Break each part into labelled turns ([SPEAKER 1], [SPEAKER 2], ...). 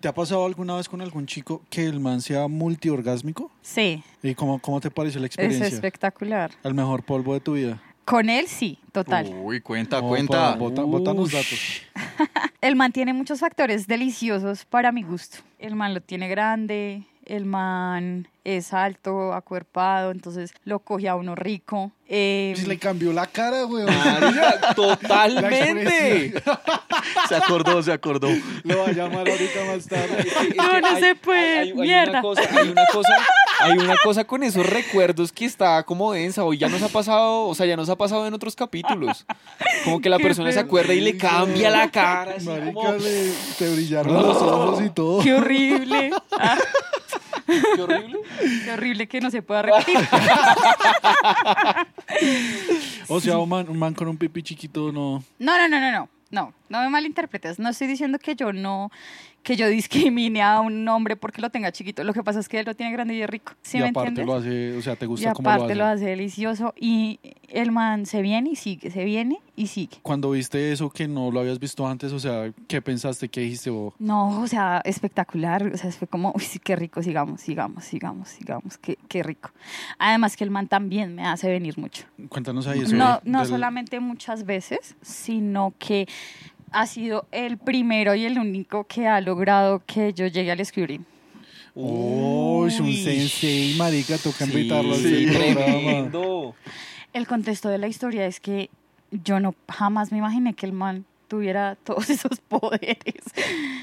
[SPEAKER 1] ¿Te ha pasado alguna vez con algún chico que el man sea multiorgásmico?
[SPEAKER 2] Sí,
[SPEAKER 1] ¿Y cómo, cómo te pareció la
[SPEAKER 2] es
[SPEAKER 1] experiencia?
[SPEAKER 2] espectacular.
[SPEAKER 1] El mejor polvo de tu vida.
[SPEAKER 2] Con él sí, total.
[SPEAKER 3] Uy, cuenta,
[SPEAKER 1] No,
[SPEAKER 3] cuenta.
[SPEAKER 1] pa- Bota, bota los
[SPEAKER 3] Ush.
[SPEAKER 1] datos. Oh.
[SPEAKER 2] El man tiene muchos factores deliciosos para mi gusto. El man lo tiene grande, el man es alto, acuerpado, entonces lo coge a uno rico. Eh,
[SPEAKER 1] Pues le cambió la cara, güey.
[SPEAKER 3] Marica,
[SPEAKER 1] La
[SPEAKER 3] totalmente. Se acordó, se acordó.
[SPEAKER 1] Lo va a llamar ahorita más tarde.
[SPEAKER 2] No, no se puede, mierda.
[SPEAKER 3] Una cosa, hay, una cosa, hay una cosa con esos recuerdos que está como densa. Hoy ya nos ha pasado, o sea, ya nos ha pasado en otros capítulos. Como que la
[SPEAKER 2] Qué
[SPEAKER 3] persona se
[SPEAKER 2] feo.
[SPEAKER 3] acuerda y le cambia la cara. así
[SPEAKER 1] Marica,
[SPEAKER 3] como,
[SPEAKER 1] le- te brillaron los ojos y todo.
[SPEAKER 2] Qué horrible. Ah,
[SPEAKER 3] qué horrible.
[SPEAKER 2] qué horrible que no se pueda repetir.
[SPEAKER 1] O sea, un man, un man con un pipi chiquito no.
[SPEAKER 2] No, no, no, no, no. No, no me malinterpretes. No estoy diciendo que yo no, que yo discrimine a un hombre porque lo tenga chiquito. Lo que pasa es que él lo tiene grande y es rico. ¿Sí
[SPEAKER 1] y
[SPEAKER 2] me
[SPEAKER 1] aparte
[SPEAKER 2] entiendes?
[SPEAKER 1] lo hace, o sea, te
[SPEAKER 2] y
[SPEAKER 1] gusta cómo lo
[SPEAKER 2] aparte
[SPEAKER 1] hace.
[SPEAKER 2] lo hace delicioso. Y el man se viene y sigue, se viene y sigue.
[SPEAKER 1] Cuando viste eso que no lo habías visto antes, o sea, ¿qué pensaste? ¿Qué dijiste? vos?
[SPEAKER 2] No, o sea, espectacular. O sea, fue como, uy, sí, qué rico, sigamos, sigamos, sigamos, sigamos, qué, qué rico. Además que el man también me hace venir mucho.
[SPEAKER 1] Cuéntanos ahí eso.
[SPEAKER 2] No, no
[SPEAKER 1] del-
[SPEAKER 2] solamente muchas veces, sino que ha sido el primero y el único que ha logrado que yo llegue al escribir.
[SPEAKER 1] Uy, Oh, es un sensei, marica, toca invitarlo al
[SPEAKER 3] sí,
[SPEAKER 1] programa.
[SPEAKER 3] tremendo.
[SPEAKER 2] El contexto de la historia es que yo no jamás me imaginé que el man tuviera todos esos poderes.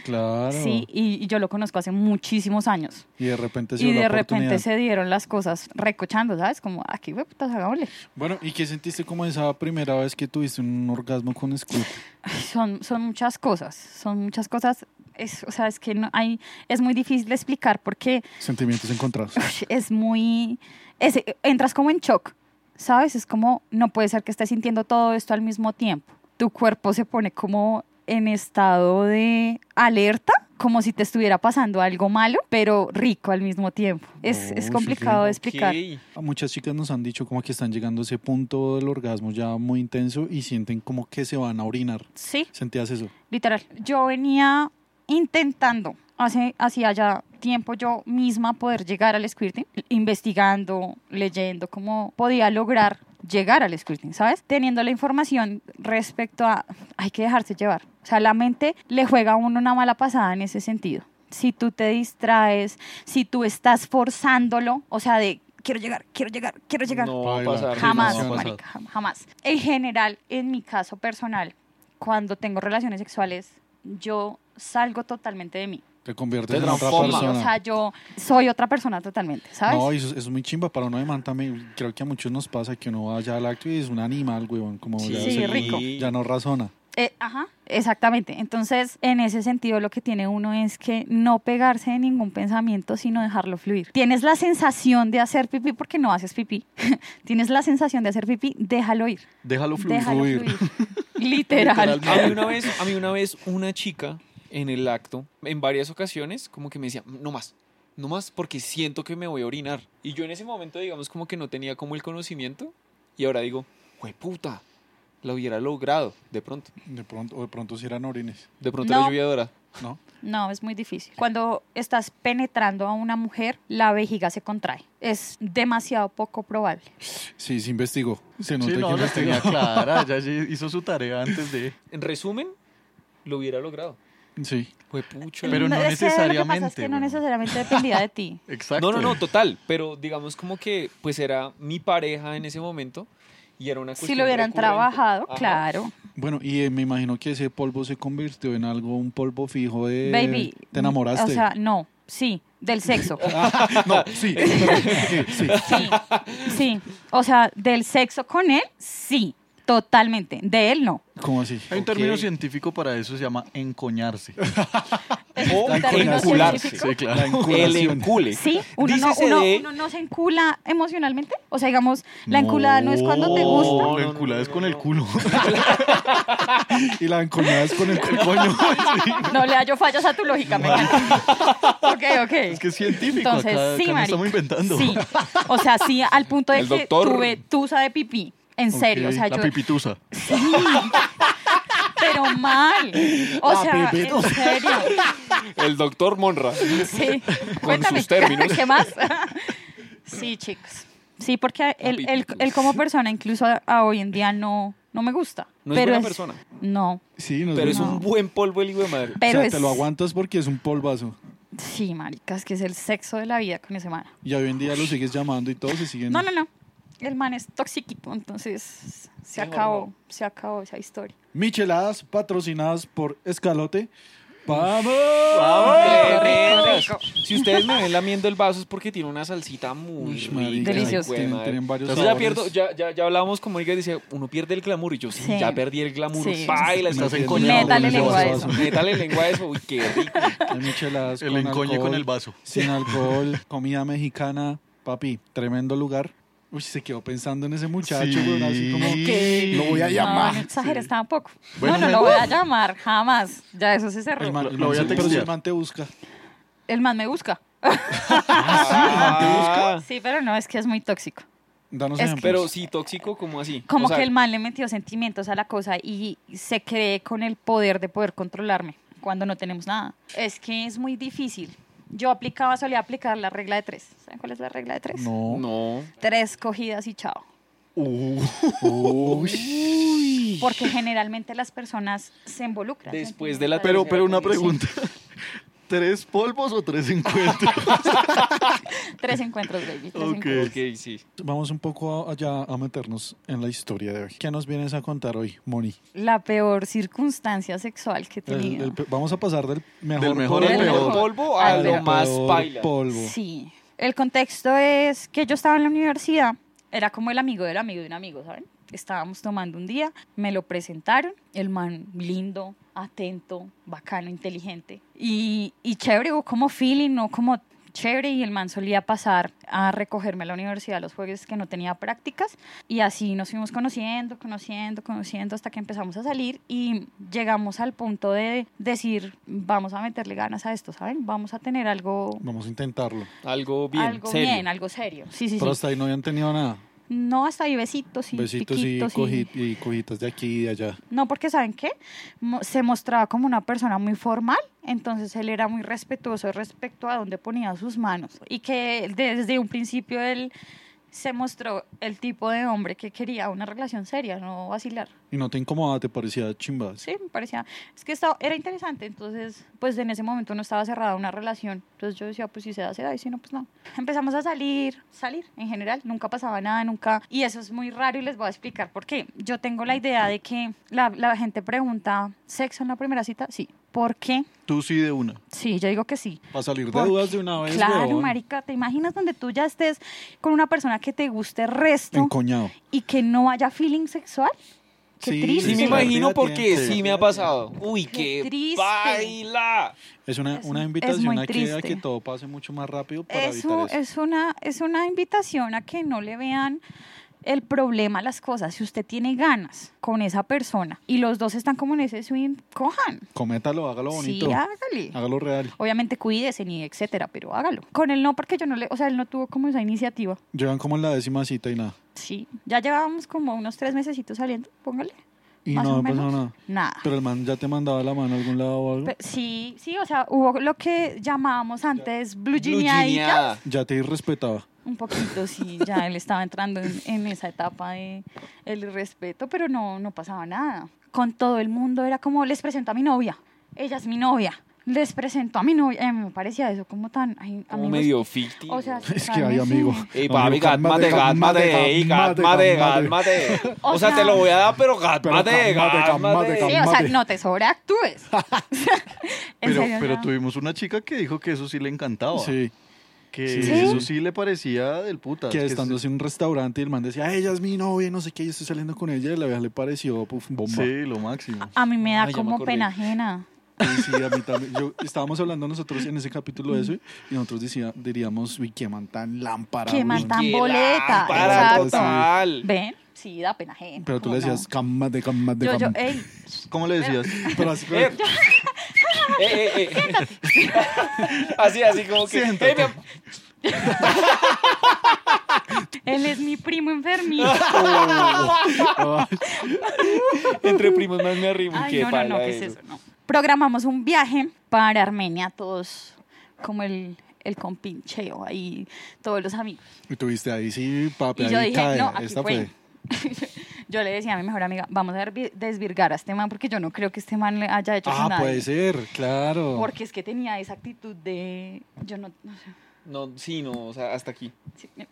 [SPEAKER 1] Claro.
[SPEAKER 2] Sí, y, y yo lo conozco hace muchísimos años.
[SPEAKER 1] Y de repente se
[SPEAKER 2] Y
[SPEAKER 1] dio la
[SPEAKER 2] de repente
[SPEAKER 1] oportunidad.
[SPEAKER 2] se dieron las cosas recochando, ¿sabes? Como, aquí, güey, putas, hagámosle.
[SPEAKER 1] Bueno, ¿y qué sentiste como esa primera vez que tuviste un orgasmo con Scoop?
[SPEAKER 2] Ay, son, son muchas cosas, son muchas cosas. Es, o sea, es que no hay, es muy difícil de explicar porque
[SPEAKER 1] Sentimientos encontrados.
[SPEAKER 2] Ush, es muy... es- entras como en shock, ¿sabes? Es como, no puede ser que estés sintiendo todo esto al mismo tiempo. Tu cuerpo se pone como en estado de alerta, como si te estuviera pasando algo malo, pero rico al mismo tiempo. Es,
[SPEAKER 1] Oh,
[SPEAKER 2] es
[SPEAKER 1] sí,
[SPEAKER 2] complicado de explicar.
[SPEAKER 3] Ok.
[SPEAKER 1] A Muchas chicas nos han dicho como que están llegando a ese punto del orgasmo ya muy intenso y sienten como que se van a orinar.
[SPEAKER 2] Sí,
[SPEAKER 1] ¿Sentías eso?
[SPEAKER 2] literal. Yo venía intentando, hace, hacía ya tiempo yo misma poder llegar al squirting, investigando, leyendo cómo podía lograr llegar al squirting, ¿sabes? Teniendo la información respecto a, hay que dejarse llevar. O sea, la mente le juega a uno una mala pasada en ese sentido. Si tú te distraes, si tú estás forzándolo, o sea, de quiero llegar, quiero llegar, quiero llegar.
[SPEAKER 3] No va a pasar.
[SPEAKER 2] Jamás,
[SPEAKER 3] no va a pasar.
[SPEAKER 2] marica, jam- jamás. En general, en mi caso personal, cuando tengo relaciones sexuales, yo salgo totalmente de mí.
[SPEAKER 1] Te conviertes
[SPEAKER 3] Te
[SPEAKER 1] en otra
[SPEAKER 3] transforma.
[SPEAKER 2] Sí, o sea,
[SPEAKER 1] persona.
[SPEAKER 2] yo soy otra persona totalmente, ¿sabes?
[SPEAKER 1] No, y eso, eso es muy chimba para uno de man también. Creo que a muchos nos pasa que uno va ya al acto y es un animal, weón. Como ya,
[SPEAKER 2] Sí,
[SPEAKER 1] se-
[SPEAKER 2] rico.
[SPEAKER 1] ya no razona.
[SPEAKER 2] Eh, ajá, exactamente. Entonces, en ese sentido, lo que tiene uno es que no pegarse de ningún pensamiento, sino dejarlo fluir. Tienes la sensación de hacer pipí porque no haces pipí. Tienes la sensación de hacer pipí, déjalo ir.
[SPEAKER 3] Déjalo fluir.
[SPEAKER 2] Déjalo
[SPEAKER 1] fluir.
[SPEAKER 2] fluir. Literal.
[SPEAKER 3] A mí una vez, a mí una vez una chica en el acto, en varias ocasiones, como que me decía, no más, no más porque siento que me voy a orinar. Y yo en ese momento, digamos, como que no tenía como el conocimiento y ahora digo, güey, puta, la hubiera logrado, de pronto,
[SPEAKER 1] De pronto, o de pronto si eran orines,
[SPEAKER 3] de pronto
[SPEAKER 2] No.
[SPEAKER 3] la lluvia dorada.
[SPEAKER 1] ¿no?
[SPEAKER 2] No, es muy difícil. Cuando estás penetrando a una mujer, la vejiga se contrae. Es demasiado poco probable.
[SPEAKER 1] Sí, se investigó. Se nota
[SPEAKER 4] Sí,
[SPEAKER 1] que
[SPEAKER 4] no, la
[SPEAKER 1] investigó.
[SPEAKER 4] tenía clara, ya sí hizo su tarea antes de...
[SPEAKER 3] En resumen, lo hubiera logrado.
[SPEAKER 1] Sí.
[SPEAKER 3] Güey, pucha.
[SPEAKER 4] Pero no
[SPEAKER 2] es que Lo que pasa es
[SPEAKER 4] necesariamente,
[SPEAKER 2] que no
[SPEAKER 4] bueno.
[SPEAKER 2] necesariamente dependía de ti.
[SPEAKER 4] Exacto.
[SPEAKER 3] No, no, no, total. Pero digamos como que pues era mi pareja en ese momento y era una cuestión
[SPEAKER 2] si lo hubieran
[SPEAKER 3] recurrente.
[SPEAKER 2] trabajado,
[SPEAKER 3] Ajá.
[SPEAKER 2] claro.
[SPEAKER 1] Bueno, y eh, me imagino que ese polvo se convirtió en algo, un polvo fijo de...
[SPEAKER 2] Baby.
[SPEAKER 1] Eh, ¿Te enamoraste?
[SPEAKER 2] O sea, no, sí, del sexo.
[SPEAKER 1] no, sí, pero- sí, sí.
[SPEAKER 2] Sí, sí. O sea, del sexo con él, sí, totalmente. De él, no.
[SPEAKER 1] ¿Cómo así?
[SPEAKER 4] Hay un
[SPEAKER 3] Ok.
[SPEAKER 4] término científico para eso, se llama encoñarse.
[SPEAKER 3] O
[SPEAKER 2] ¿Un término
[SPEAKER 3] vincularse.
[SPEAKER 2] científico?
[SPEAKER 1] La
[SPEAKER 3] El
[SPEAKER 1] enculación.
[SPEAKER 3] encule.
[SPEAKER 2] Sí, uno no,
[SPEAKER 3] Dícese
[SPEAKER 2] uno-
[SPEAKER 3] de-
[SPEAKER 2] uno no se encula emocionalmente. O sea, digamos, la enculada no es cuando te gusta.
[SPEAKER 3] No,
[SPEAKER 4] La
[SPEAKER 3] no,
[SPEAKER 4] enculada
[SPEAKER 3] no,
[SPEAKER 4] es
[SPEAKER 3] no,
[SPEAKER 4] con
[SPEAKER 3] no.
[SPEAKER 4] el culo.
[SPEAKER 1] Y la encolada es con el coño.
[SPEAKER 2] No le hallo fallas a tu lógica, me encanta. Ok, ok.
[SPEAKER 4] Es que es científico,
[SPEAKER 2] Entonces,
[SPEAKER 4] acá,
[SPEAKER 2] sí,
[SPEAKER 4] acá no
[SPEAKER 2] marica.
[SPEAKER 4] estamos inventando.
[SPEAKER 2] Sí. O sea, sí, al punto de
[SPEAKER 3] El
[SPEAKER 2] que
[SPEAKER 3] doctor.
[SPEAKER 2] tuve tusa de pipí. En serio, o sea,
[SPEAKER 4] la
[SPEAKER 2] yo.
[SPEAKER 4] pipitusa.
[SPEAKER 2] Pero mal. O
[SPEAKER 1] La
[SPEAKER 2] sea,
[SPEAKER 1] pipitusa.
[SPEAKER 2] en serio.
[SPEAKER 3] El doctor Monra.
[SPEAKER 2] Sí.
[SPEAKER 3] sus términos.
[SPEAKER 2] ¿Qué más? sí, chicos. Sí, porque él, él- él como persona, incluso a, a hoy en día, no, no me gusta.
[SPEAKER 3] No es
[SPEAKER 2] pero
[SPEAKER 3] buena persona,
[SPEAKER 2] No,
[SPEAKER 1] Sí, nos
[SPEAKER 3] pero es
[SPEAKER 1] vemos.
[SPEAKER 2] No.
[SPEAKER 3] un buen polvo el hijo de madre.
[SPEAKER 1] O
[SPEAKER 2] pero
[SPEAKER 1] sea,
[SPEAKER 2] es...
[SPEAKER 1] te lo aguantas porque es un polvazo.
[SPEAKER 2] Sí, marica, es que es el sexo de la vida con ese man.
[SPEAKER 1] Y hoy en día lo sigues llamando y todos se siguen.
[SPEAKER 2] No, no, no. El man es toxiquito, entonces se
[SPEAKER 3] Mejor
[SPEAKER 2] acabó,
[SPEAKER 3] no.
[SPEAKER 2] se acabó esa historia.
[SPEAKER 1] Micheladas patrocinadas por Escalote. ¡Vamos!
[SPEAKER 3] ¡Qué
[SPEAKER 2] Rico,
[SPEAKER 3] ricas!
[SPEAKER 2] rico.
[SPEAKER 3] Si ustedes me ven lamiendo el vaso es porque tiene una salsita muy
[SPEAKER 1] Ush, marica,
[SPEAKER 3] rica.
[SPEAKER 2] Delicioso.
[SPEAKER 3] hijo de
[SPEAKER 1] Tienen,
[SPEAKER 3] madre.
[SPEAKER 1] tienen varios
[SPEAKER 3] Yo ya
[SPEAKER 1] sabores.
[SPEAKER 3] pierdo, ya, ya, ya hablábamos como ella dice, uno pierde el glamour y yo sí,
[SPEAKER 2] Sí.
[SPEAKER 3] ya perdí el glamour.
[SPEAKER 2] Sí.
[SPEAKER 3] Baila,
[SPEAKER 1] Estás
[SPEAKER 3] estás
[SPEAKER 1] encoñado
[SPEAKER 3] encoñado.
[SPEAKER 2] Métale
[SPEAKER 3] con ese
[SPEAKER 2] lengua a
[SPEAKER 3] vaso.
[SPEAKER 1] eso.
[SPEAKER 3] Métale lengua a eso. Uy, qué rico.
[SPEAKER 1] Hay Micheladas
[SPEAKER 4] El
[SPEAKER 1] con
[SPEAKER 4] encoñe
[SPEAKER 1] alcohol,
[SPEAKER 4] con el vaso.
[SPEAKER 1] Sin alcohol, comida mexicana. Papi, tremendo lugar. Uy, se quedó pensando en ese muchacho,
[SPEAKER 4] Sí.
[SPEAKER 1] weón, así como...
[SPEAKER 2] Ok.
[SPEAKER 1] Lo voy a
[SPEAKER 2] No,
[SPEAKER 1] llamar.
[SPEAKER 2] no exageres
[SPEAKER 1] Sí.
[SPEAKER 2] tampoco.
[SPEAKER 4] Bueno,
[SPEAKER 2] no, no
[SPEAKER 4] me-
[SPEAKER 2] lo voy a llamar, jamás. Ya eso se cerró.
[SPEAKER 1] El
[SPEAKER 2] El
[SPEAKER 1] man,
[SPEAKER 2] man,
[SPEAKER 4] Lo-
[SPEAKER 1] el
[SPEAKER 4] lo
[SPEAKER 1] man
[SPEAKER 4] voy a
[SPEAKER 1] sí- pero si el
[SPEAKER 4] textear.
[SPEAKER 1] man te busca.
[SPEAKER 2] me busca.
[SPEAKER 3] Ah,
[SPEAKER 2] Sí, pero no, es que es muy tóxico.
[SPEAKER 1] Danos
[SPEAKER 2] Es que-
[SPEAKER 1] ejemplos.
[SPEAKER 3] pero sí, tóxico, como así?
[SPEAKER 2] Como
[SPEAKER 3] O sea,
[SPEAKER 2] que el man le metió sentimientos a la cosa y se cree con el poder de poder controlarme cuando no tenemos nada. Es que es muy difícil. Yo aplicaba, solía aplicar la regla de tres. ¿Saben cuál es la regla de tres?
[SPEAKER 1] No.
[SPEAKER 3] No.
[SPEAKER 2] Tres cogidas y chao.
[SPEAKER 1] Uy.
[SPEAKER 2] Porque generalmente las personas se involucran. se
[SPEAKER 3] Después de la
[SPEAKER 2] involucran.
[SPEAKER 4] Pero,
[SPEAKER 3] tercera
[SPEAKER 4] pero una
[SPEAKER 3] comida, sí.
[SPEAKER 4] pregunta. ¿Tres polvos o tres encuentros?
[SPEAKER 2] Tres encuentros, baby. Tres
[SPEAKER 4] Ok.
[SPEAKER 2] encuentros.
[SPEAKER 3] Ok, sí.
[SPEAKER 1] Vamos un poco a- allá a meternos en la historia de hoy. ¿Qué nos vienes a contar hoy, Moni?
[SPEAKER 2] La peor circunstancia sexual que he
[SPEAKER 1] El-
[SPEAKER 2] tenido.
[SPEAKER 1] el pe- vamos a pasar del mejor,
[SPEAKER 4] Del mejor
[SPEAKER 1] polvo
[SPEAKER 4] al
[SPEAKER 3] Del
[SPEAKER 4] peor.
[SPEAKER 3] mejor polvo a
[SPEAKER 2] Al
[SPEAKER 3] lo
[SPEAKER 2] peor.
[SPEAKER 3] más
[SPEAKER 1] peor
[SPEAKER 3] paila.
[SPEAKER 1] polvo.
[SPEAKER 2] Sí. El contexto es que yo estaba en la universidad, era como el amigo del amigo de un amigo, ¿saben? Estábamos tomando un día, me lo presentaron, el man lindo, atento, bacano, inteligente y, y chévere, o como feeling, o como chévere y el man solía pasar a recogerme a la universidad los jueves que no tenía prácticas y así nos fuimos conociendo, conociendo, conociendo hasta que empezamos a salir y llegamos al punto de decir vamos a meterle ganas a esto, ¿saben? Vamos a tener algo
[SPEAKER 1] Vamos a intentarlo.
[SPEAKER 3] Algo bien,
[SPEAKER 2] algo
[SPEAKER 3] serio.
[SPEAKER 2] bien, algo serio. Sí, sí,
[SPEAKER 1] Pero
[SPEAKER 2] sí.
[SPEAKER 1] hasta ahí no habían tenido nada.
[SPEAKER 2] No hasta ahí besitos y
[SPEAKER 1] Besitos y,
[SPEAKER 2] piquitos y-
[SPEAKER 1] coji- y cojitas de aquí y de allá.
[SPEAKER 2] No, porque ¿saben qué? Mo- Se mostraba como una persona muy formal, entonces él era muy respetuoso respecto a dónde ponía sus manos y que desde un principio él se mostró el tipo de hombre que quería una relación seria, no vacilar.
[SPEAKER 1] Y no te incomodaba, te parecía chimba.
[SPEAKER 2] Sí, me parecía, es que estaba, era interesante, entonces pues en ese momento no estaba cerrada una relación, entonces yo decía pues si se da, se da, y si no, pues no. Empezamos a salir, salir en general, nunca pasaba nada, nunca, y eso es muy raro y les voy a explicar por qué. Yo tengo la idea de que la, la gente pregunta, ¿sexo en la primera cita? Sí. ¿Por qué?
[SPEAKER 4] Tú sí de una.
[SPEAKER 2] Sí, yo digo que sí.
[SPEAKER 1] Para salir de
[SPEAKER 2] Porque-
[SPEAKER 1] dudas de una vez.
[SPEAKER 2] claro,
[SPEAKER 1] huevón.
[SPEAKER 2] marica, ¿te imaginas donde tú ya estés con una persona que te guste resto
[SPEAKER 1] Encoñado.
[SPEAKER 2] y que no haya feeling sexual? Qué
[SPEAKER 1] Sí,
[SPEAKER 2] triste.
[SPEAKER 3] Sí, me
[SPEAKER 1] Sí,
[SPEAKER 3] imagino
[SPEAKER 1] perdida
[SPEAKER 3] porque
[SPEAKER 1] tiene,
[SPEAKER 3] sí
[SPEAKER 1] sí.
[SPEAKER 3] me ha pasado. Uy,
[SPEAKER 2] Qué
[SPEAKER 3] qué,
[SPEAKER 2] triste.
[SPEAKER 3] baila.
[SPEAKER 1] Es una,
[SPEAKER 2] Es-
[SPEAKER 1] una
[SPEAKER 2] es
[SPEAKER 1] invitación
[SPEAKER 2] muy
[SPEAKER 1] a que, a que
[SPEAKER 2] triste.
[SPEAKER 1] todo pase mucho más rápido para
[SPEAKER 2] Eso,
[SPEAKER 1] evitar eso.
[SPEAKER 2] es una es una invitación a que no le vean el problema a las cosas. Si usted tiene ganas con esa persona y los dos están como en ese swing, cojan.
[SPEAKER 1] Cométalo, hágalo bonito.
[SPEAKER 2] Sí, hágale.
[SPEAKER 1] hágalo real.
[SPEAKER 2] Obviamente cuídese ni etcétera, pero hágalo. Con él no, porque yo no le, o sea, él no tuvo como esa iniciativa.
[SPEAKER 1] Llevan como en la décima cita y nada.
[SPEAKER 2] Sí, ya llevábamos como unos tres mesecitos saliendo, póngale.
[SPEAKER 1] Y
[SPEAKER 2] Más
[SPEAKER 1] no
[SPEAKER 2] o
[SPEAKER 1] ha pasado
[SPEAKER 2] menos.
[SPEAKER 1] nada.
[SPEAKER 2] Nada.
[SPEAKER 1] Pero el man ya te mandaba la mano a algún lado o algo.
[SPEAKER 2] Pe- sí, sí, o sea, hubo lo que llamábamos antes blue jeaneadita.
[SPEAKER 3] Lugineada.
[SPEAKER 1] Ya te irrespetaba.
[SPEAKER 2] Un poquito, sí, ya él estaba entrando en, en esa etapa de el respeto, pero no, no pasaba nada. Con todo el mundo era como, les presento a mi novia, ella es mi novia, les presento a mi novia. Eh, me parecía eso como tan... ay,
[SPEAKER 3] Como
[SPEAKER 2] amigos,
[SPEAKER 3] medio ficti.
[SPEAKER 2] O sea,
[SPEAKER 1] Es que
[SPEAKER 2] tan
[SPEAKER 1] hay
[SPEAKER 2] así.
[SPEAKER 1] amigo.
[SPEAKER 3] Ey,
[SPEAKER 1] Amigo,
[SPEAKER 3] papi,
[SPEAKER 1] cálmate,
[SPEAKER 3] cálmate, cálmate,
[SPEAKER 1] cálmate,
[SPEAKER 3] ey,
[SPEAKER 1] cálmate,
[SPEAKER 3] cálmate,
[SPEAKER 1] cálmate.
[SPEAKER 3] cálmate.
[SPEAKER 2] O
[SPEAKER 3] O sea, te
[SPEAKER 2] sea-
[SPEAKER 3] lo voy a dar, pero
[SPEAKER 1] Pero
[SPEAKER 3] cálmate,
[SPEAKER 1] cálmate, cálmate,
[SPEAKER 2] Sí,
[SPEAKER 1] cálmate.
[SPEAKER 3] cálmate.
[SPEAKER 2] o sea,
[SPEAKER 1] Madre.
[SPEAKER 2] no te sobreactúes. En
[SPEAKER 4] Pero,
[SPEAKER 2] serio, Ah.
[SPEAKER 4] pero
[SPEAKER 2] no.
[SPEAKER 4] tuvimos una chica que dijo que eso sí le encantaba.
[SPEAKER 1] Sí.
[SPEAKER 4] Que
[SPEAKER 1] Sí.
[SPEAKER 4] eso sí le parecía del puta.
[SPEAKER 1] Que
[SPEAKER 4] es
[SPEAKER 1] estando en un restaurante y el man decía, ella es mi novia, no sé qué, yo estoy saliendo con ella. Y la vieja le pareció, puf, bomba. Sí.
[SPEAKER 4] Sí, lo máximo.
[SPEAKER 2] A mí me da
[SPEAKER 3] Ay, ya me
[SPEAKER 2] como
[SPEAKER 3] acordé.
[SPEAKER 2] pena ajena.
[SPEAKER 1] sí, a mí también. Yo, estábamos hablando nosotros en ese capítulo de eso y nosotros decía- diríamos, uy, qué man tan lámpara.
[SPEAKER 2] Qué man
[SPEAKER 1] uy".
[SPEAKER 2] tan-
[SPEAKER 3] Qué
[SPEAKER 2] Boleta,
[SPEAKER 3] lámpara
[SPEAKER 1] exacto.
[SPEAKER 3] total.
[SPEAKER 2] ¿Ven? Sí, da pena ajena.
[SPEAKER 1] Pero tú
[SPEAKER 2] ¿cómo
[SPEAKER 1] le decías,
[SPEAKER 2] no?
[SPEAKER 1] cálmate, cálmate,
[SPEAKER 2] Yo, yo,
[SPEAKER 1] cálmate.
[SPEAKER 2] ey,
[SPEAKER 4] ¿Cómo le decías?
[SPEAKER 1] Pero así como-
[SPEAKER 3] Eh, eh, eh, eh. Así, así como que. eh,
[SPEAKER 4] Siéntate.
[SPEAKER 3] "Ey, mi am-
[SPEAKER 2] él es mi primo enfermito.
[SPEAKER 1] Ay,
[SPEAKER 3] Entre primos más me arrimo.
[SPEAKER 2] Ay,
[SPEAKER 3] qué
[SPEAKER 2] no, no, no,
[SPEAKER 3] paila
[SPEAKER 2] ¿qué es
[SPEAKER 3] eso.
[SPEAKER 2] eso? No. programamos un viaje para Armenia, todos como el, el compincheo ahí, todos los amigos.
[SPEAKER 1] Y tuviste ahí, sí, papi,
[SPEAKER 2] Y
[SPEAKER 1] ahí
[SPEAKER 2] yo dije,
[SPEAKER 1] cae.
[SPEAKER 2] no, aquí
[SPEAKER 1] Esta
[SPEAKER 2] fue. Yo le decía a mi mejor amiga, vamos a desvi- desvirgar a este man porque yo no creo que este man le haya hecho
[SPEAKER 1] Ah,
[SPEAKER 2] nada.
[SPEAKER 1] puede ser, claro.
[SPEAKER 2] Porque es que tenía esa actitud de, yo no, no sé,
[SPEAKER 3] No, sí, no, o sea, hasta aquí.
[SPEAKER 2] sí, me-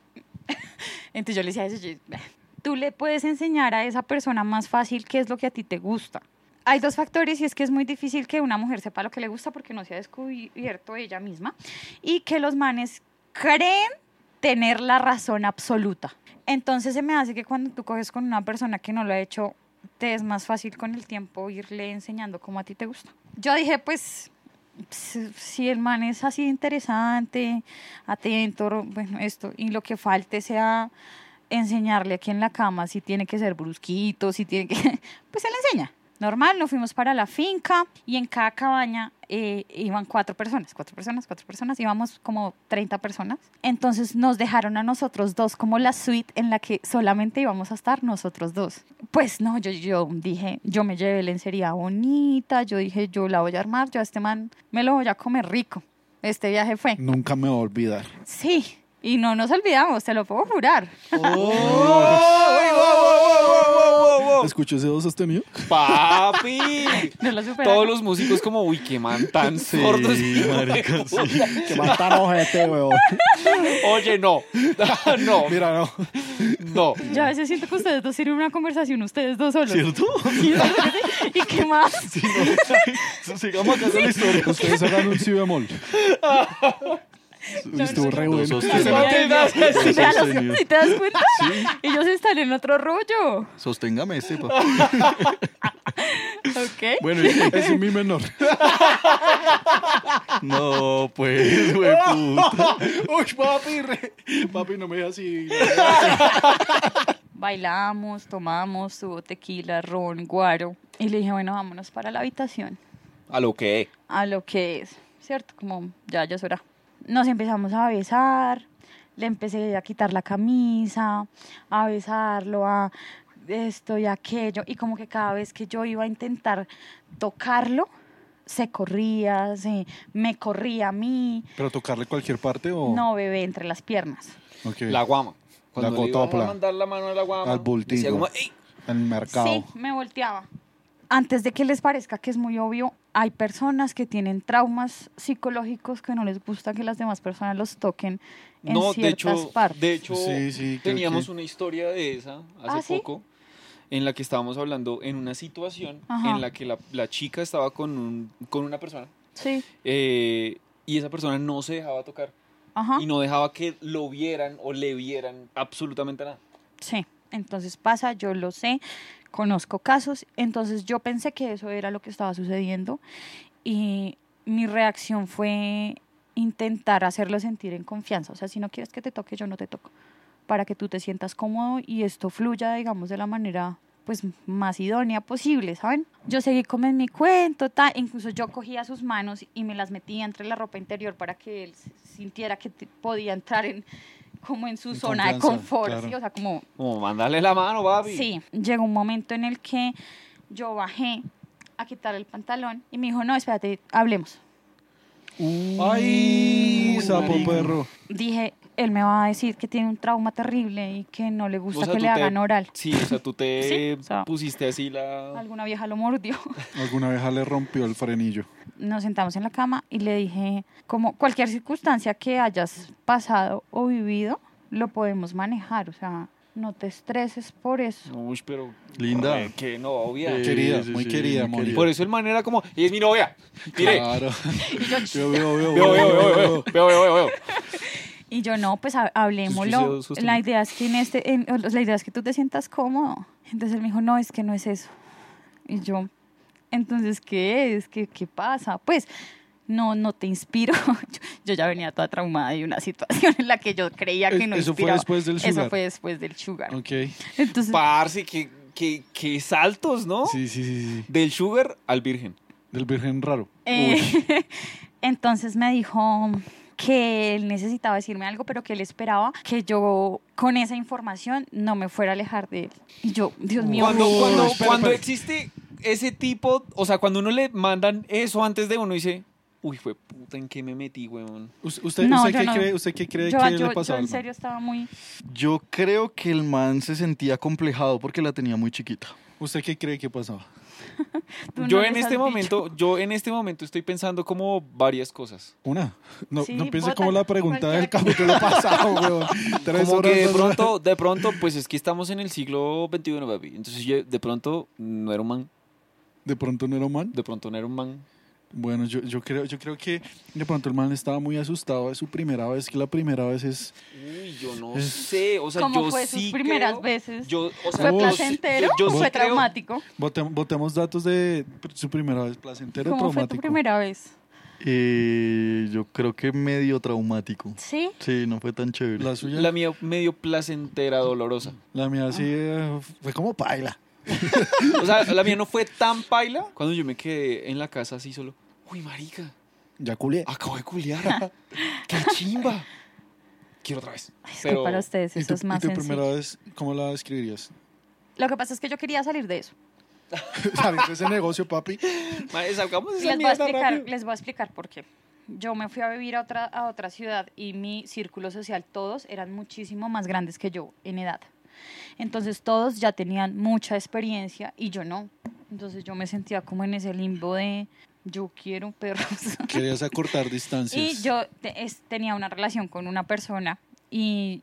[SPEAKER 2] Entonces yo le decía eso, yo, "Bah". tú le puedes enseñar a esa persona más fácil qué es lo que a ti te gusta. Hay dos factores y es que es muy difícil que una mujer sepa lo que le gusta porque no se ha descubierto ella misma y que los manes creen tener la razón absoluta. Entonces se me hace que cuando tú coges con una persona que no lo ha hecho, te es más fácil con el tiempo irle enseñando cómo a ti te gusta. Yo dije, pues, si si el man es así de interesante, atento, ro- bueno, esto, y lo que falte sea enseñarle aquí en la cama si tiene que ser brusquito, si tiene que... Pues se le enseña. Normal, nos fuimos para la finca y en cada cabaña eh, iban cuatro personas, cuatro personas, cuatro personas, íbamos como 30 personas. Entonces nos dejaron a nosotros dos como la suite en la que solamente íbamos a estar nosotros dos. Pues no, yo, yo dije, yo me llevé lencería bonita, yo dije, yo la voy a armar, yo a este man me lo voy a comer rico. Este viaje fue.
[SPEAKER 1] Nunca me voy a olvidar.
[SPEAKER 2] Sí, y no nos olvidamos, te lo puedo jurar.
[SPEAKER 3] ¡Oh,
[SPEAKER 1] ¿Escuchó ese dos este sostenido?
[SPEAKER 3] ¡Papi!
[SPEAKER 2] No lo superamos.
[SPEAKER 3] Todos los músicos como, uy, qué man tan sordos.
[SPEAKER 4] marica, sí.
[SPEAKER 1] Que mataron ojete, weón.
[SPEAKER 3] Oye, no. no,
[SPEAKER 1] Mira, no.
[SPEAKER 3] no.
[SPEAKER 2] Yo a veces siento que ustedes dos tienen una conversación, ustedes dos solos.
[SPEAKER 4] ¿Cierto?
[SPEAKER 2] ¿Y qué más?
[SPEAKER 4] Sigamos acá con la historia.
[SPEAKER 1] Ustedes hagan un si bemol.
[SPEAKER 2] No,
[SPEAKER 1] Estuvo
[SPEAKER 2] no,
[SPEAKER 1] re
[SPEAKER 4] no,
[SPEAKER 1] bueno.
[SPEAKER 4] sos-
[SPEAKER 2] Ay,
[SPEAKER 4] Se
[SPEAKER 2] mira,
[SPEAKER 3] mantiene
[SPEAKER 2] mira,
[SPEAKER 3] así.
[SPEAKER 2] mira, los-
[SPEAKER 4] Sostenido.
[SPEAKER 2] ¿sí te das cuenta? Ellos están en otro rollo.
[SPEAKER 4] Sosténgame este, papá.
[SPEAKER 2] ¿Ok?
[SPEAKER 1] Bueno, es un mi menor.
[SPEAKER 4] No, pues, güey, puta.
[SPEAKER 1] Uy, papi, re- papi, no me digas así.
[SPEAKER 2] Bailamos, tomamos, tuvo tequila, ron, guaro. Y le dije, bueno, vámonos para la habitación.
[SPEAKER 3] A lo que.
[SPEAKER 2] a lo que es, ¿cierto? Como ya, ya es hora. Nos empezamos a besar, le empecé a quitar la camisa, a besarlo, a esto y aquello, y como que cada vez que yo iba a intentar tocarlo, se corría, se, me corría a mí,
[SPEAKER 1] Pero tocarle cualquier parte
[SPEAKER 3] Oh.
[SPEAKER 1] o.
[SPEAKER 2] no bebé entre las piernas.
[SPEAKER 1] Ok.
[SPEAKER 3] La guama. Cuando
[SPEAKER 1] La
[SPEAKER 3] le iba
[SPEAKER 1] cotopla.
[SPEAKER 3] a mandar la mano a la guama.
[SPEAKER 1] Al bultico.
[SPEAKER 3] decía como, "Ey".
[SPEAKER 1] El mercado.
[SPEAKER 2] Sí, me volteaba. Antes de que les parezca que es muy obvio, hay personas que tienen traumas psicológicos que no les gusta que las demás personas los toquen en
[SPEAKER 3] No, de
[SPEAKER 2] ciertas
[SPEAKER 3] hecho,
[SPEAKER 2] partes.
[SPEAKER 3] de hecho
[SPEAKER 1] Sí, sí, creo
[SPEAKER 3] teníamos
[SPEAKER 1] que-
[SPEAKER 3] una historia de esa hace
[SPEAKER 2] ¿Ah, sí?
[SPEAKER 3] poco en la que estábamos hablando en una situación
[SPEAKER 2] Ajá.
[SPEAKER 3] en la que la, la chica estaba con, un- con una persona
[SPEAKER 2] Sí,
[SPEAKER 3] eh, y esa persona no se dejaba tocar
[SPEAKER 2] ajá.
[SPEAKER 3] y no dejaba que lo vieran o le vieran absolutamente nada.
[SPEAKER 2] Sí, entonces pasa, yo lo sé, conozco casos, entonces yo pensé que eso era lo que estaba sucediendo y mi reacción fue intentar hacerlo sentir en confianza, o sea, si no quieres que te toque, yo no te toco, para que tú te sientas cómodo y esto fluya, digamos, de la manera pues más idónea posible, ¿saben? Yo seguí como en mi cuento, ta, incluso yo cogía sus manos y me las metía entre la ropa interior para que él sintiera que te- podía entrar en como en su
[SPEAKER 1] En
[SPEAKER 2] zona de
[SPEAKER 1] confianza,
[SPEAKER 2] confort,
[SPEAKER 1] claro.
[SPEAKER 2] ¿sí? o sea, como
[SPEAKER 3] Como, mándale la mano, papi.
[SPEAKER 2] Sí, llegó un momento en el que yo bajé a quitarle el pantalón y me dijo, no, espérate, hablemos.
[SPEAKER 1] Ay,
[SPEAKER 3] Uy,
[SPEAKER 1] sapo
[SPEAKER 3] marica.
[SPEAKER 1] perro.
[SPEAKER 2] Dije, él me va a decir que tiene un trauma terrible y que no le
[SPEAKER 3] O
[SPEAKER 2] gusta
[SPEAKER 3] sea,
[SPEAKER 2] que
[SPEAKER 3] tú
[SPEAKER 2] le
[SPEAKER 3] te-
[SPEAKER 2] hagan oral.
[SPEAKER 3] Sí, o sea, tú te
[SPEAKER 2] Sí, o sea,
[SPEAKER 3] pusiste así la...
[SPEAKER 2] Alguna vieja lo mordió.
[SPEAKER 1] Alguna vez le rompió el frenillo.
[SPEAKER 2] Nos sentamos en la cama y le dije, como cualquier circunstancia que hayas pasado o vivido, lo podemos manejar. O sea, no te estreses por eso.
[SPEAKER 3] Uy, pero...
[SPEAKER 4] Linda.
[SPEAKER 3] Re, Que no, obvia.
[SPEAKER 4] Eh,
[SPEAKER 1] Querida,
[SPEAKER 4] sí,
[SPEAKER 1] muy
[SPEAKER 4] sí,
[SPEAKER 1] querida,
[SPEAKER 4] muy
[SPEAKER 1] Moni.
[SPEAKER 3] Por eso el man era como, y es mi novia. Mire,
[SPEAKER 4] Ah.
[SPEAKER 1] Claro. Yo veo, veo,
[SPEAKER 3] veo, veo, veo, veo, veo, veo, veo.
[SPEAKER 2] Y yo, no, pues ha- hablemoslo.
[SPEAKER 3] Entonces, yo sostengo.
[SPEAKER 2] La idea es que en este, en- o la idea es que tú te sientas cómodo. Entonces él me dijo, no, es que no es eso. Y yo, entonces, ¿qué es? ¿Qué, qué pasa? Pues, no, no te inspiro. Yo, yo ya venía toda traumada de una situación en la que yo creía que
[SPEAKER 1] Es-
[SPEAKER 2] no
[SPEAKER 1] eso fue
[SPEAKER 2] inspiraba.
[SPEAKER 1] después del sugar.
[SPEAKER 2] Eso fue después del sugar.
[SPEAKER 1] Ok.
[SPEAKER 2] Entonces,
[SPEAKER 3] Parce, que, que, que saltos, ¿no?
[SPEAKER 1] Sí, sí, sí, sí.
[SPEAKER 3] Del sugar al virgen.
[SPEAKER 1] Del virgen raro.
[SPEAKER 2] Eh, entonces me dijo que él necesitaba decirme algo, pero que él esperaba que yo con esa información no me fuera a alejar de él. Y yo, Dios mío,
[SPEAKER 3] Cuando,
[SPEAKER 1] Uy,
[SPEAKER 3] cuando,
[SPEAKER 1] espera,
[SPEAKER 3] cuando
[SPEAKER 1] espera.
[SPEAKER 3] existe ese tipo, o sea, cuando uno le mandan eso antes de uno, dice, uy, fue puta, ¿en qué me metí, weón?
[SPEAKER 1] Us- ¿Usted,
[SPEAKER 2] No,
[SPEAKER 1] usted
[SPEAKER 2] yo
[SPEAKER 1] qué
[SPEAKER 2] no.
[SPEAKER 1] cree, usted qué cree
[SPEAKER 2] Yo,
[SPEAKER 1] que
[SPEAKER 2] yo-
[SPEAKER 1] le pasó
[SPEAKER 2] yo
[SPEAKER 1] a
[SPEAKER 2] en
[SPEAKER 1] Alma?
[SPEAKER 2] serio estaba muy...
[SPEAKER 4] Yo creo que el man se sentía complejado porque la tenía muy chiquita.
[SPEAKER 1] ¿Usted qué cree que pasaba?
[SPEAKER 2] tú no
[SPEAKER 3] yo
[SPEAKER 2] les
[SPEAKER 3] en
[SPEAKER 2] has
[SPEAKER 3] este
[SPEAKER 2] dicho.
[SPEAKER 3] momento, yo en este momento estoy pensando como varias cosas.
[SPEAKER 1] Una. No,
[SPEAKER 2] Sí,
[SPEAKER 1] no piense como
[SPEAKER 2] bótala,
[SPEAKER 1] la pregunta del capítulo
[SPEAKER 2] cualquiera.
[SPEAKER 1] pasado, weón. Tres
[SPEAKER 3] Como
[SPEAKER 1] horas,
[SPEAKER 3] que de
[SPEAKER 1] dos horas.
[SPEAKER 3] pronto, de pronto, pues es que estamos en el siglo XXI, baby. Entonces yo, de pronto, no era un man,
[SPEAKER 1] De pronto no era un man.
[SPEAKER 3] de pronto no era un man.
[SPEAKER 1] Bueno, yo, yo, creo, yo creo que de pronto el man estaba muy asustado de su primera vez, que la primera vez es...
[SPEAKER 3] Uy, yo no
[SPEAKER 1] Es-
[SPEAKER 3] sé, o sea,
[SPEAKER 2] Como
[SPEAKER 3] yo
[SPEAKER 2] fue
[SPEAKER 3] sí
[SPEAKER 2] sus primeras
[SPEAKER 3] creo-
[SPEAKER 2] veces.
[SPEAKER 3] Yo, o sea,
[SPEAKER 2] ¿Fue
[SPEAKER 1] yo-
[SPEAKER 2] placentero
[SPEAKER 3] yo
[SPEAKER 2] o
[SPEAKER 3] sí
[SPEAKER 2] fue
[SPEAKER 3] creo-
[SPEAKER 2] traumático?
[SPEAKER 1] Votem- votemos datos de pr- su primera vez, placentero o
[SPEAKER 2] ¿Cómo fue
[SPEAKER 1] traumático.
[SPEAKER 2] tu primera vez?
[SPEAKER 4] Eh, yo creo que medio traumático.
[SPEAKER 2] ¿Sí?
[SPEAKER 4] Sí, no fue tan chévere.
[SPEAKER 1] La suya,
[SPEAKER 3] La
[SPEAKER 1] la,
[SPEAKER 3] mía medio placentera, dolorosa.
[SPEAKER 1] mía sí
[SPEAKER 2] Ah.
[SPEAKER 1] eh, fue como paila.
[SPEAKER 3] O sea, la mía no fue tan paila cuando yo me quedé en la casa así solo. Uy, marica,
[SPEAKER 1] Ya culé.
[SPEAKER 3] acabo de culiar. ¡Qué chimba! Quiero otra vez.
[SPEAKER 2] Ay, es que
[SPEAKER 3] Pero
[SPEAKER 2] para ustedes
[SPEAKER 1] ¿Y
[SPEAKER 2] eso
[SPEAKER 1] tu,
[SPEAKER 2] es más
[SPEAKER 1] y tu
[SPEAKER 2] sencillo.
[SPEAKER 1] primera vez cómo la describirías?
[SPEAKER 2] Lo que pasa es que yo quería salir de eso.
[SPEAKER 1] ¿Sabes ese negocio, papi?
[SPEAKER 3] madre, salgamos de
[SPEAKER 2] Y
[SPEAKER 3] esa
[SPEAKER 2] les voy, a
[SPEAKER 3] mierda
[SPEAKER 2] explicar,
[SPEAKER 3] rápido.
[SPEAKER 2] les voy a explicar por qué. Yo me fui a vivir a otra, a otra ciudad y mi círculo social, todos eran muchísimo más grandes que yo en edad. Entonces todos ya tenían mucha experiencia y yo no. Entonces yo me sentía como en ese limbo de yo quiero perros.
[SPEAKER 1] Querías acortar distancias.
[SPEAKER 2] Y yo te- es- tenía una relación con una persona y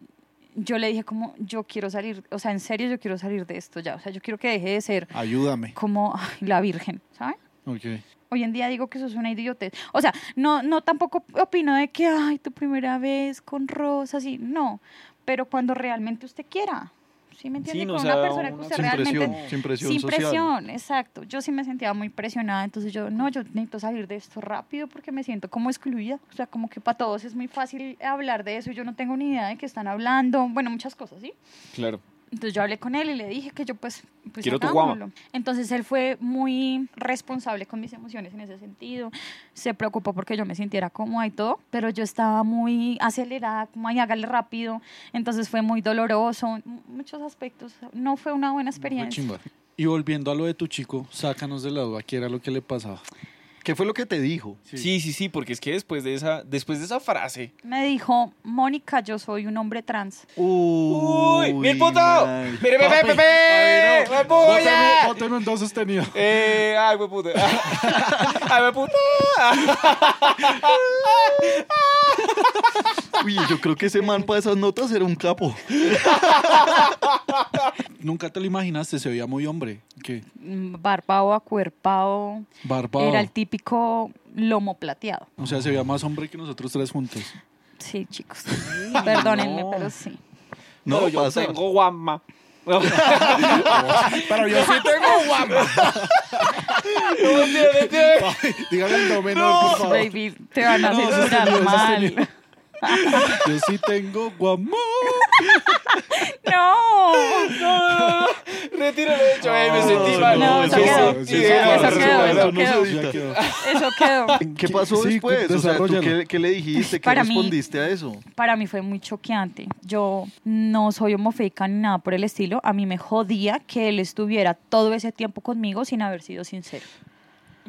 [SPEAKER 2] yo le dije como, yo quiero salir, o sea, en serio yo quiero salir de esto ya, o sea, yo quiero que deje de ser
[SPEAKER 1] Ayúdame.
[SPEAKER 2] como ay, la virgen, ¿saben?
[SPEAKER 1] Ok.
[SPEAKER 2] Hoy en día digo que eso es una idiotez. O sea, no, no tampoco opino de que, ay, tu primera vez con rosas y no, pero cuando realmente usted quiera, ¿sí me entiende?
[SPEAKER 3] Sí, no,
[SPEAKER 2] con
[SPEAKER 3] o sea,
[SPEAKER 2] una persona que
[SPEAKER 3] una-
[SPEAKER 2] usted
[SPEAKER 4] Sin
[SPEAKER 2] realmente
[SPEAKER 4] presión, sin presión
[SPEAKER 2] sin
[SPEAKER 4] social.
[SPEAKER 2] presión, exacto. Yo sí me sentía muy presionada, entonces yo, no, yo necesito salir de esto rápido porque me siento como excluida. O sea, como que para todos es muy fácil hablar de eso y yo no tengo ni idea de qué están hablando. Bueno, muchas cosas, ¿sí?
[SPEAKER 3] Claro.
[SPEAKER 2] Entonces yo hablé con él y le dije que yo pues, pues
[SPEAKER 3] Quiero tu
[SPEAKER 2] hagámoslo. Entonces él fue muy responsable con mis emociones en ese sentido. Se preocupó porque yo me sintiera cómoda y todo, pero yo estaba muy acelerada, como ay, hágale rápido. Entonces fue muy doloroso, en muchos aspectos. No fue una buena experiencia.
[SPEAKER 1] Y volviendo a lo de tu chico, sácanos de la duda, ¿qué era lo que le pasaba?
[SPEAKER 4] ¿Qué fue lo que te dijo?
[SPEAKER 1] Sí.
[SPEAKER 3] Sí, sí, sí, porque es que después de esa, después de esa frase,
[SPEAKER 2] Me dijo, Mónica, yo soy un hombre trans.
[SPEAKER 3] ¡Uy! ¡Mil puntos!
[SPEAKER 4] man.
[SPEAKER 3] ¡Mire, ve, ve, ve, ve!
[SPEAKER 1] Ay, no.
[SPEAKER 3] ¡Me voy
[SPEAKER 1] Bóteme-
[SPEAKER 3] a-
[SPEAKER 1] bóteme en dos sostenidos.
[SPEAKER 3] Eh, ay, wey puta. Ay, wey puta.
[SPEAKER 4] Uy, yo creo que ese man para esas notas era un capo.
[SPEAKER 1] Nunca te lo imaginaste, se veía muy hombre. ¿Qué?
[SPEAKER 2] Mm, Barbado, acuerpado.
[SPEAKER 1] Barbado.
[SPEAKER 2] Era el típico lomo plateado.
[SPEAKER 1] O sea, se veía más hombre que nosotros tres juntos.
[SPEAKER 2] Sí, chicos. Perdónenme,
[SPEAKER 3] no.
[SPEAKER 2] pero sí.
[SPEAKER 4] No,
[SPEAKER 3] Pero yo
[SPEAKER 4] pasa.
[SPEAKER 3] tengo guama.
[SPEAKER 1] Pero yo sí tengo guapa. Dígame el no menor, por favor.
[SPEAKER 2] Baby, te van a
[SPEAKER 1] No,
[SPEAKER 2] censurar
[SPEAKER 1] sostenido,
[SPEAKER 2] mal.
[SPEAKER 1] sostenido. Yo sí tengo guamón.
[SPEAKER 2] No.
[SPEAKER 3] Retíralo de hecho, eh, me sentí
[SPEAKER 4] no,
[SPEAKER 3] mal.
[SPEAKER 2] no,
[SPEAKER 3] Me
[SPEAKER 2] eso quedó,
[SPEAKER 3] sentí
[SPEAKER 2] sí, eso
[SPEAKER 3] mal.
[SPEAKER 2] quedó, eso
[SPEAKER 1] no se
[SPEAKER 2] quedó.
[SPEAKER 1] edita. quedó.
[SPEAKER 2] Eso quedó.
[SPEAKER 4] ¿Qué pasó
[SPEAKER 1] Sí,
[SPEAKER 4] después? O sea, ¿tú
[SPEAKER 1] desarróllalo.
[SPEAKER 4] qué, qué le dijiste? ¿Qué
[SPEAKER 2] Para mí-
[SPEAKER 4] respondiste a eso?
[SPEAKER 2] Para mí fue muy choqueante. Yo no soy homofóbica ni nada por el estilo. A mí me jodía que él estuviera todo ese tiempo conmigo sin haber sido sincero.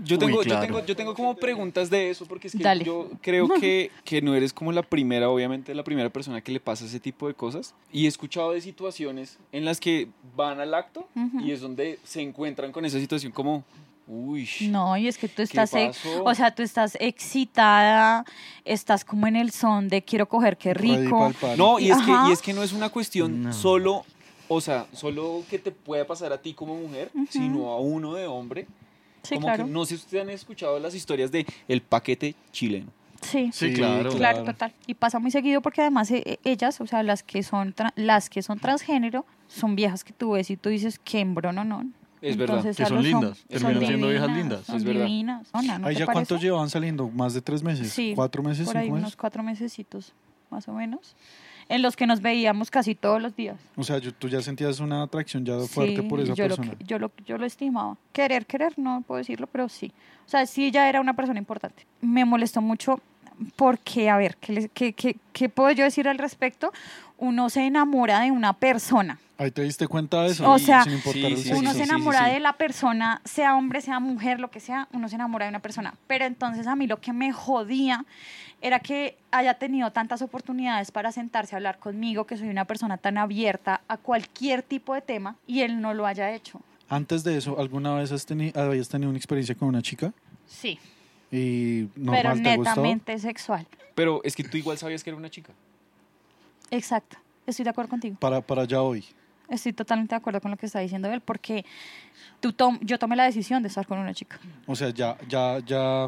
[SPEAKER 3] Yo tengo,
[SPEAKER 4] Uy, claro.
[SPEAKER 3] yo, tengo, yo tengo como preguntas de eso, porque es que
[SPEAKER 2] Dale.
[SPEAKER 3] yo creo que, que no eres como la primera, obviamente, la primera persona que le pasa ese tipo de cosas. Y he escuchado de situaciones en las que van al acto
[SPEAKER 2] Ujú.
[SPEAKER 3] y es donde se encuentran con esa situación como, uy,
[SPEAKER 2] No, y es que tú estás, ex-
[SPEAKER 3] pasó?
[SPEAKER 2] o sea, tú estás excitada, estás como en el son de quiero coger qué rico.
[SPEAKER 1] Radical pal.
[SPEAKER 3] No, y es, que,
[SPEAKER 2] Ajá.
[SPEAKER 3] y es que no es una cuestión
[SPEAKER 4] No.
[SPEAKER 3] solo, o sea, solo que te pueda pasar a ti como mujer, sino a uno de hombre.
[SPEAKER 2] Sí,
[SPEAKER 3] como
[SPEAKER 2] claro.
[SPEAKER 3] que no sé si ustedes han escuchado las historias de el paquete chileno.
[SPEAKER 2] Sí.
[SPEAKER 4] Sí, claro.
[SPEAKER 2] Claro, total. Y pasa muy seguido porque además eh, eh, ellas, o sea, las que son tra- las que son transgénero, son viejas que tú ves y tú dices, qué embrono, no.
[SPEAKER 3] Es verdad.
[SPEAKER 4] Que
[SPEAKER 2] a
[SPEAKER 4] son
[SPEAKER 2] los hom-
[SPEAKER 4] lindas,
[SPEAKER 2] son
[SPEAKER 4] terminan siendo viejas
[SPEAKER 2] divinas,
[SPEAKER 4] lindas.
[SPEAKER 2] Son
[SPEAKER 3] Es verdad.
[SPEAKER 2] divinas. Ona, ¿no
[SPEAKER 1] ¿Ahí
[SPEAKER 2] te
[SPEAKER 1] ya cuántos
[SPEAKER 2] parece?
[SPEAKER 1] llevaban saliendo? ¿Más de tres meses?
[SPEAKER 2] Sí,
[SPEAKER 1] ¿Cuatro meses?
[SPEAKER 2] Por ahí
[SPEAKER 1] ¿Cinco
[SPEAKER 2] unos
[SPEAKER 1] meses?
[SPEAKER 2] cuatro mesecitos, más o menos, en los que nos veíamos casi todos los días.
[SPEAKER 1] O sea, yo- tú ya sentías una atracción ya fuerte
[SPEAKER 2] Sí,
[SPEAKER 1] por esa
[SPEAKER 2] yo
[SPEAKER 1] persona.
[SPEAKER 2] Lo, que- yo, lo, yo lo estimaba. Querer, querer, no puedo decirlo, pero sí. O sea, sí ya era una persona importante. Me molestó mucho porque, a ver, ¿qué, les- qué- qué- qué puedo yo decir al respecto? Uno se enamora de una persona.
[SPEAKER 1] Ahí te diste cuenta de eso.
[SPEAKER 2] O sea,
[SPEAKER 1] sin importar
[SPEAKER 3] sí,
[SPEAKER 1] el
[SPEAKER 3] sí,
[SPEAKER 1] sexo.
[SPEAKER 2] uno
[SPEAKER 3] sí,
[SPEAKER 2] se
[SPEAKER 3] sí,
[SPEAKER 2] enamora
[SPEAKER 3] sí.
[SPEAKER 2] de la persona, sea hombre, sea mujer, lo que sea, uno se enamora de una persona. Pero entonces a mí lo que me jodía era que haya tenido tantas oportunidades para sentarse a hablar conmigo, que soy una persona tan abierta a cualquier tipo de tema y él no lo haya hecho.
[SPEAKER 1] Antes de eso, ¿alguna vez has teni- habías tenido una experiencia con una chica?
[SPEAKER 2] Sí,
[SPEAKER 1] Y normal,
[SPEAKER 2] pero
[SPEAKER 1] ¿te gustó?
[SPEAKER 2] netamente sexual.
[SPEAKER 3] Pero es que tú igual sabías que era una chica.
[SPEAKER 2] Exacto. Estoy de acuerdo contigo.
[SPEAKER 1] Para, para allá hoy.
[SPEAKER 2] Estoy totalmente de acuerdo con lo que está diciendo él, porque tú tom- yo tomé la decisión de estar con una chica.
[SPEAKER 1] O sea, ya, ya, ya,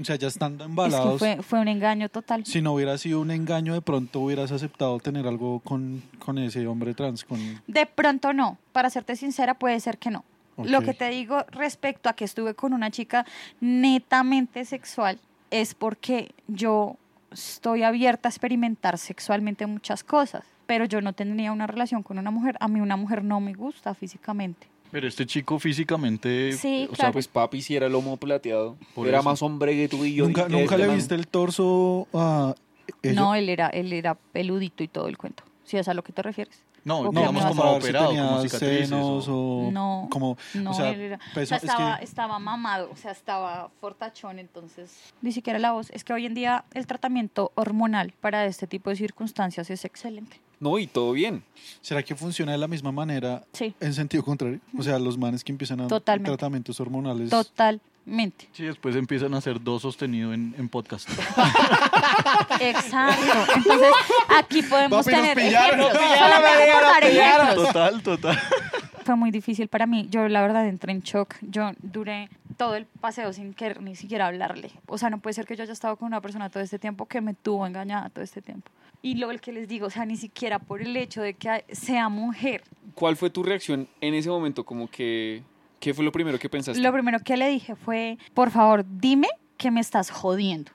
[SPEAKER 1] o sea, ya estando
[SPEAKER 2] Es
[SPEAKER 1] embalados.
[SPEAKER 2] que fue, fue un engaño total.
[SPEAKER 1] Si no hubiera sido un engaño, de pronto hubieras aceptado tener algo con, con ese hombre trans. Con...
[SPEAKER 2] De pronto no. Para serte sincera, puede ser que no. Lo
[SPEAKER 1] Ok.
[SPEAKER 2] que te digo respecto a que estuve con una chica netamente sexual es porque yo estoy abierta a experimentar sexualmente muchas cosas, pero yo no tendría una relación con una mujer. A mí una mujer no me gusta físicamente.
[SPEAKER 4] Pero este chico físicamente.
[SPEAKER 2] Sí,
[SPEAKER 3] O sea,
[SPEAKER 2] claro.
[SPEAKER 3] pues papi si era lomo plateado.
[SPEAKER 4] Por
[SPEAKER 3] era
[SPEAKER 4] eso.
[SPEAKER 3] más hombre que tú y yo.
[SPEAKER 1] ¿Nunca,
[SPEAKER 3] y-
[SPEAKER 1] nunca
[SPEAKER 3] eh,
[SPEAKER 1] le
[SPEAKER 3] man.
[SPEAKER 1] viste el torso a ella?
[SPEAKER 2] No, él era, él era peludito y todo el cuento. Si es a lo que te refieres.
[SPEAKER 4] No,
[SPEAKER 2] Ok,
[SPEAKER 4] digamos
[SPEAKER 2] no,
[SPEAKER 4] como
[SPEAKER 1] para ver si
[SPEAKER 4] operado,
[SPEAKER 1] tenía
[SPEAKER 4] como cicatrices.
[SPEAKER 1] senos
[SPEAKER 4] o-
[SPEAKER 1] o...
[SPEAKER 2] No,
[SPEAKER 1] como,
[SPEAKER 2] No,
[SPEAKER 1] o sea,
[SPEAKER 2] él era- o sea,
[SPEAKER 1] peso- es que-
[SPEAKER 2] estaba, estaba mamado, o sea, estaba fortachón, entonces ni siquiera la voz. Es que hoy en día el tratamiento hormonal para este tipo de circunstancias es excelente.
[SPEAKER 3] No, y todo bien.
[SPEAKER 1] ¿Será que funciona de la misma manera
[SPEAKER 2] Sí,
[SPEAKER 1] en sentido contrario? O sea, los manes que empiezan a
[SPEAKER 2] Totalmente.
[SPEAKER 1] tratamientos hormonales.
[SPEAKER 2] totalmente.
[SPEAKER 4] Sí, después empiezan a hacer dos sostenido en, en podcast.
[SPEAKER 2] Exacto. Entonces, aquí podemos
[SPEAKER 4] Papi, nos
[SPEAKER 2] tener
[SPEAKER 4] pillaron, nos
[SPEAKER 2] ejemplos. Solamente
[SPEAKER 3] pillaron,
[SPEAKER 2] vamos a dar
[SPEAKER 3] nos pillaron.
[SPEAKER 2] ejemplos.
[SPEAKER 4] Total, total.
[SPEAKER 2] Fue muy difícil para mí. Yo, la verdad, entré en shock. Yo duré todo el paseo sin querer ni siquiera hablarle. O sea, no puede ser que yo haya estado con una persona todo este tiempo que me tuvo engañada todo este tiempo. Y lo el que les digo, o sea, ni siquiera por el hecho de que sea mujer.
[SPEAKER 3] ¿Cuál fue tu reacción en ese momento? Como que... ¿Qué fue lo primero que pensaste?
[SPEAKER 2] Lo primero que le dije fue, por favor, dime que me estás jodiendo.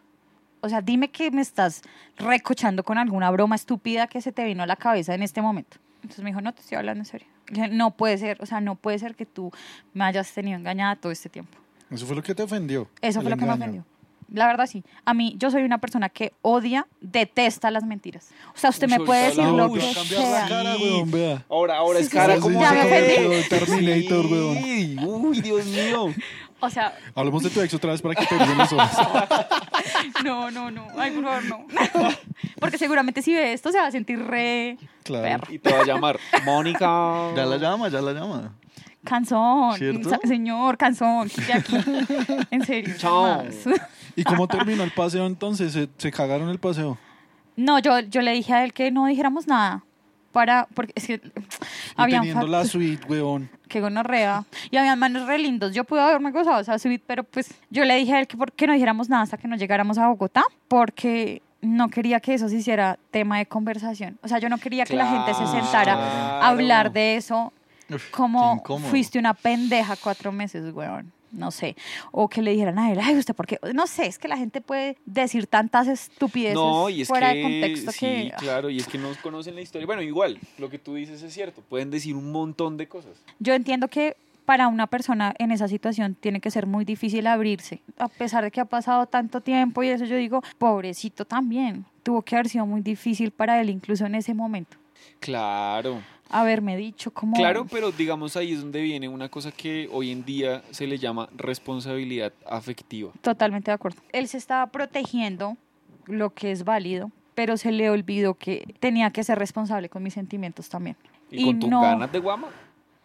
[SPEAKER 2] O sea, dime que me estás recochando con alguna broma estúpida que se te vino a la cabeza en este momento. Entonces me dijo, no te estoy hablando en serio. Le dije, no puede ser, o sea, no puede ser que tú me hayas tenido engañada todo este tiempo.
[SPEAKER 1] Eso fue lo que te ofendió.
[SPEAKER 2] Eso
[SPEAKER 1] el
[SPEAKER 2] fue lo que me
[SPEAKER 1] engaño.
[SPEAKER 2] ofendió. La verdad sí. A mí, yo soy una persona que odia, detesta las mentiras. O sea, usted
[SPEAKER 3] Uy,
[SPEAKER 2] me
[SPEAKER 3] ahorita
[SPEAKER 2] puede decir
[SPEAKER 3] hablamos
[SPEAKER 2] lo
[SPEAKER 3] de
[SPEAKER 2] que
[SPEAKER 3] uy,
[SPEAKER 1] cambiar
[SPEAKER 2] sea.
[SPEAKER 1] la cara,
[SPEAKER 3] Sí.
[SPEAKER 1] weón, vea.
[SPEAKER 3] Ahora, ahora
[SPEAKER 2] Sí,
[SPEAKER 3] es
[SPEAKER 2] sí,
[SPEAKER 3] cara
[SPEAKER 2] sí,
[SPEAKER 3] como...
[SPEAKER 2] sí, ya me
[SPEAKER 1] ofendí. Terminator,
[SPEAKER 3] Sí, Uy, Dios mío.
[SPEAKER 2] O sea,
[SPEAKER 1] Hablemos de tu ex otra vez para que te olviden los ojos.
[SPEAKER 2] no, no, no. Ay, por favor, no. Porque seguramente si ve esto se va a sentir re
[SPEAKER 1] Claro.
[SPEAKER 3] Y te va a llamar. Mónica.
[SPEAKER 4] Ya la llama, ya la llama.
[SPEAKER 2] canzón.
[SPEAKER 4] ¿Cierto?
[SPEAKER 2] Sa- Señor, canzón, quite aquí. En serio.
[SPEAKER 3] Chao.
[SPEAKER 2] jamás.
[SPEAKER 1] ¿Y cómo terminó el paseo entonces? ¿Se, se cagaron el paseo?
[SPEAKER 2] No, yo, yo le dije a él que no dijéramos nada. Para, porque es que habían
[SPEAKER 1] teniendo
[SPEAKER 2] fac-
[SPEAKER 1] la suite, weón.
[SPEAKER 2] Qué gonorrea. Y habían manos re lindos. Yo pude haberme gozado esa suite, pero pues yo le dije a él que por qué no dijéramos nada hasta que no llegáramos a Bogotá, porque no quería que eso se hiciera tema de conversación. O sea, yo no quería que la gente se sentara
[SPEAKER 3] Claro.
[SPEAKER 2] a hablar de eso
[SPEAKER 4] Uf, qué
[SPEAKER 2] como
[SPEAKER 4] incómodo.
[SPEAKER 2] fuiste una pendeja cuatro meses, weón. No sé. O que le dijeran a él, ay, usted, ¿por qué? No sé, es que la gente puede decir tantas estupideces
[SPEAKER 3] No, y es
[SPEAKER 2] fuera
[SPEAKER 3] que,
[SPEAKER 2] de contexto
[SPEAKER 3] sí,
[SPEAKER 2] que. ah.
[SPEAKER 3] claro, y es que no conocen la historia. Bueno, igual, lo que tú dices es cierto. Pueden decir un montón de cosas.
[SPEAKER 2] Yo entiendo que para una persona en esa situación tiene que ser muy difícil abrirse, a pesar de que ha pasado tanto tiempo y eso yo digo, pobrecito también, tuvo que haber sido muy difícil para él incluso en ese momento.
[SPEAKER 3] Claro.
[SPEAKER 2] Haberme dicho como...
[SPEAKER 3] Claro, pero digamos ahí es donde viene una cosa que hoy en día se le llama responsabilidad afectiva.
[SPEAKER 2] Totalmente de acuerdo. Él se estaba protegiendo lo que es válido, pero se le olvidó que tenía que ser responsable con mis sentimientos también.
[SPEAKER 3] Y,
[SPEAKER 2] Y
[SPEAKER 3] con tus
[SPEAKER 2] no.
[SPEAKER 3] ganas de guama.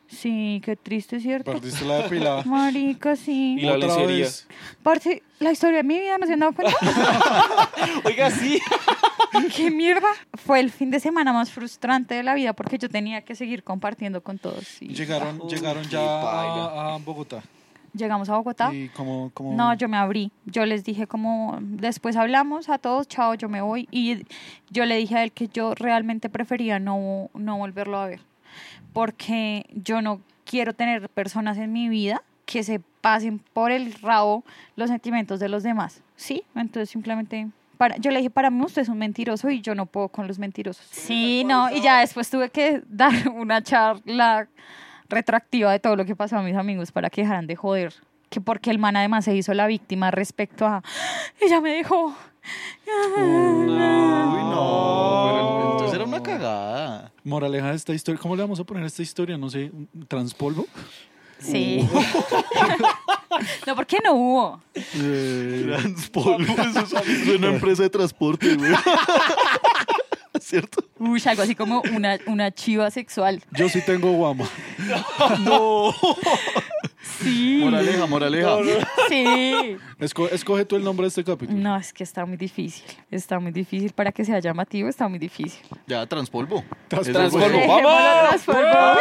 [SPEAKER 2] Sí, qué triste, ¿cierto?
[SPEAKER 1] Perdiste la depilada.
[SPEAKER 2] Marica,
[SPEAKER 3] Y
[SPEAKER 2] sí.
[SPEAKER 3] la
[SPEAKER 1] Otra
[SPEAKER 3] lencería.
[SPEAKER 1] vez.
[SPEAKER 2] Parce, la historia de mi vida, ¿no se han dado cuenta?
[SPEAKER 3] Oiga, sí.
[SPEAKER 2] ¡Qué mierda! Fue el fin de semana más frustrante de la vida porque yo tenía que seguir compartiendo con todos. Y
[SPEAKER 1] Llegaron,
[SPEAKER 3] Uy,
[SPEAKER 1] llegaron
[SPEAKER 3] qué
[SPEAKER 1] ya
[SPEAKER 3] paila.
[SPEAKER 1] a, a Bogotá.
[SPEAKER 2] llegamos a Bogotá.
[SPEAKER 1] Y como, como
[SPEAKER 2] No, yo me abrí. Yo les dije como, después hablamos a todos, chao, yo me voy. Y yo le dije a él que yo realmente prefería no, no volverlo a ver. Porque yo no quiero tener personas en mi vida que se pasen por el rabo los sentimientos de los demás. Sí, entonces simplemente... Para, yo le dije, para mí usted es un mentiroso y yo no puedo con los mentirosos. Sí, no, y ya después tuve que dar una charla retractiva de todo lo que pasó a mis amigos para que dejaran de joder. Que porque el man además se hizo la víctima respecto a ella me dejó,
[SPEAKER 4] Uy, no. Entonces era
[SPEAKER 1] Oh.
[SPEAKER 4] una cagada.
[SPEAKER 1] Moraleja de esta historia. ¿Cómo le vamos a poner a esta historia? No sé, ¿un ¿transpolvo?
[SPEAKER 2] Sí. no, ¿por qué no hubo?
[SPEAKER 1] Eh,
[SPEAKER 4] Transpolvo. Eso es es una empresa de transporte, güey. ¿Cierto?
[SPEAKER 2] Uy, algo así como una, una chiva sexual.
[SPEAKER 1] yo sí tengo guama.
[SPEAKER 4] No.
[SPEAKER 2] Sí.
[SPEAKER 4] Moraleja, moraleja.
[SPEAKER 2] Sí.
[SPEAKER 1] Esco- escoge tú el nombre de este capítulo.
[SPEAKER 2] No, es que está muy difícil. Está muy difícil para que sea llamativo, está muy difícil.
[SPEAKER 4] Ya, transpolvo.
[SPEAKER 1] Tras-
[SPEAKER 4] Eso
[SPEAKER 3] Transpolvo.
[SPEAKER 4] fue.
[SPEAKER 2] Dejémoslo
[SPEAKER 3] ¡Vamos!
[SPEAKER 2] atrás, por favor.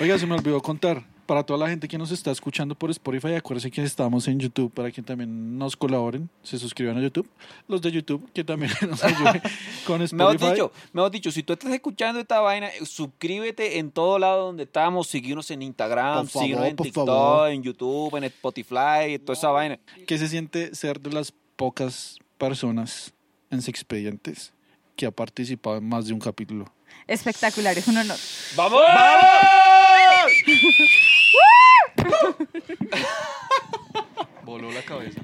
[SPEAKER 1] Oiga, se me olvidó contar. Para toda la gente que nos está escuchando por Spotify, acuérdense que estamos en YouTube para que también nos colaboren, se suscriban a YouTube. Los de YouTube que también nos ayuden con Spotify.
[SPEAKER 3] Me has dicho, me has dicho, si tú estás escuchando esta vaina, eh, suscríbete en todo lado donde estamos, síguenos en Instagram,
[SPEAKER 1] Por favor,
[SPEAKER 3] síguenos en
[SPEAKER 1] por
[SPEAKER 3] TikTok,
[SPEAKER 1] favor.
[SPEAKER 3] en YouTube, en Spotify, toda esa vaina.
[SPEAKER 1] ¿Qué se siente ser de las pocas personas en Sexpedientes que ha participado en más de un capítulo?
[SPEAKER 2] Espectacular, es un honor.
[SPEAKER 3] ¡Vamos! ¡Vamos!
[SPEAKER 4] Voló la cabeza.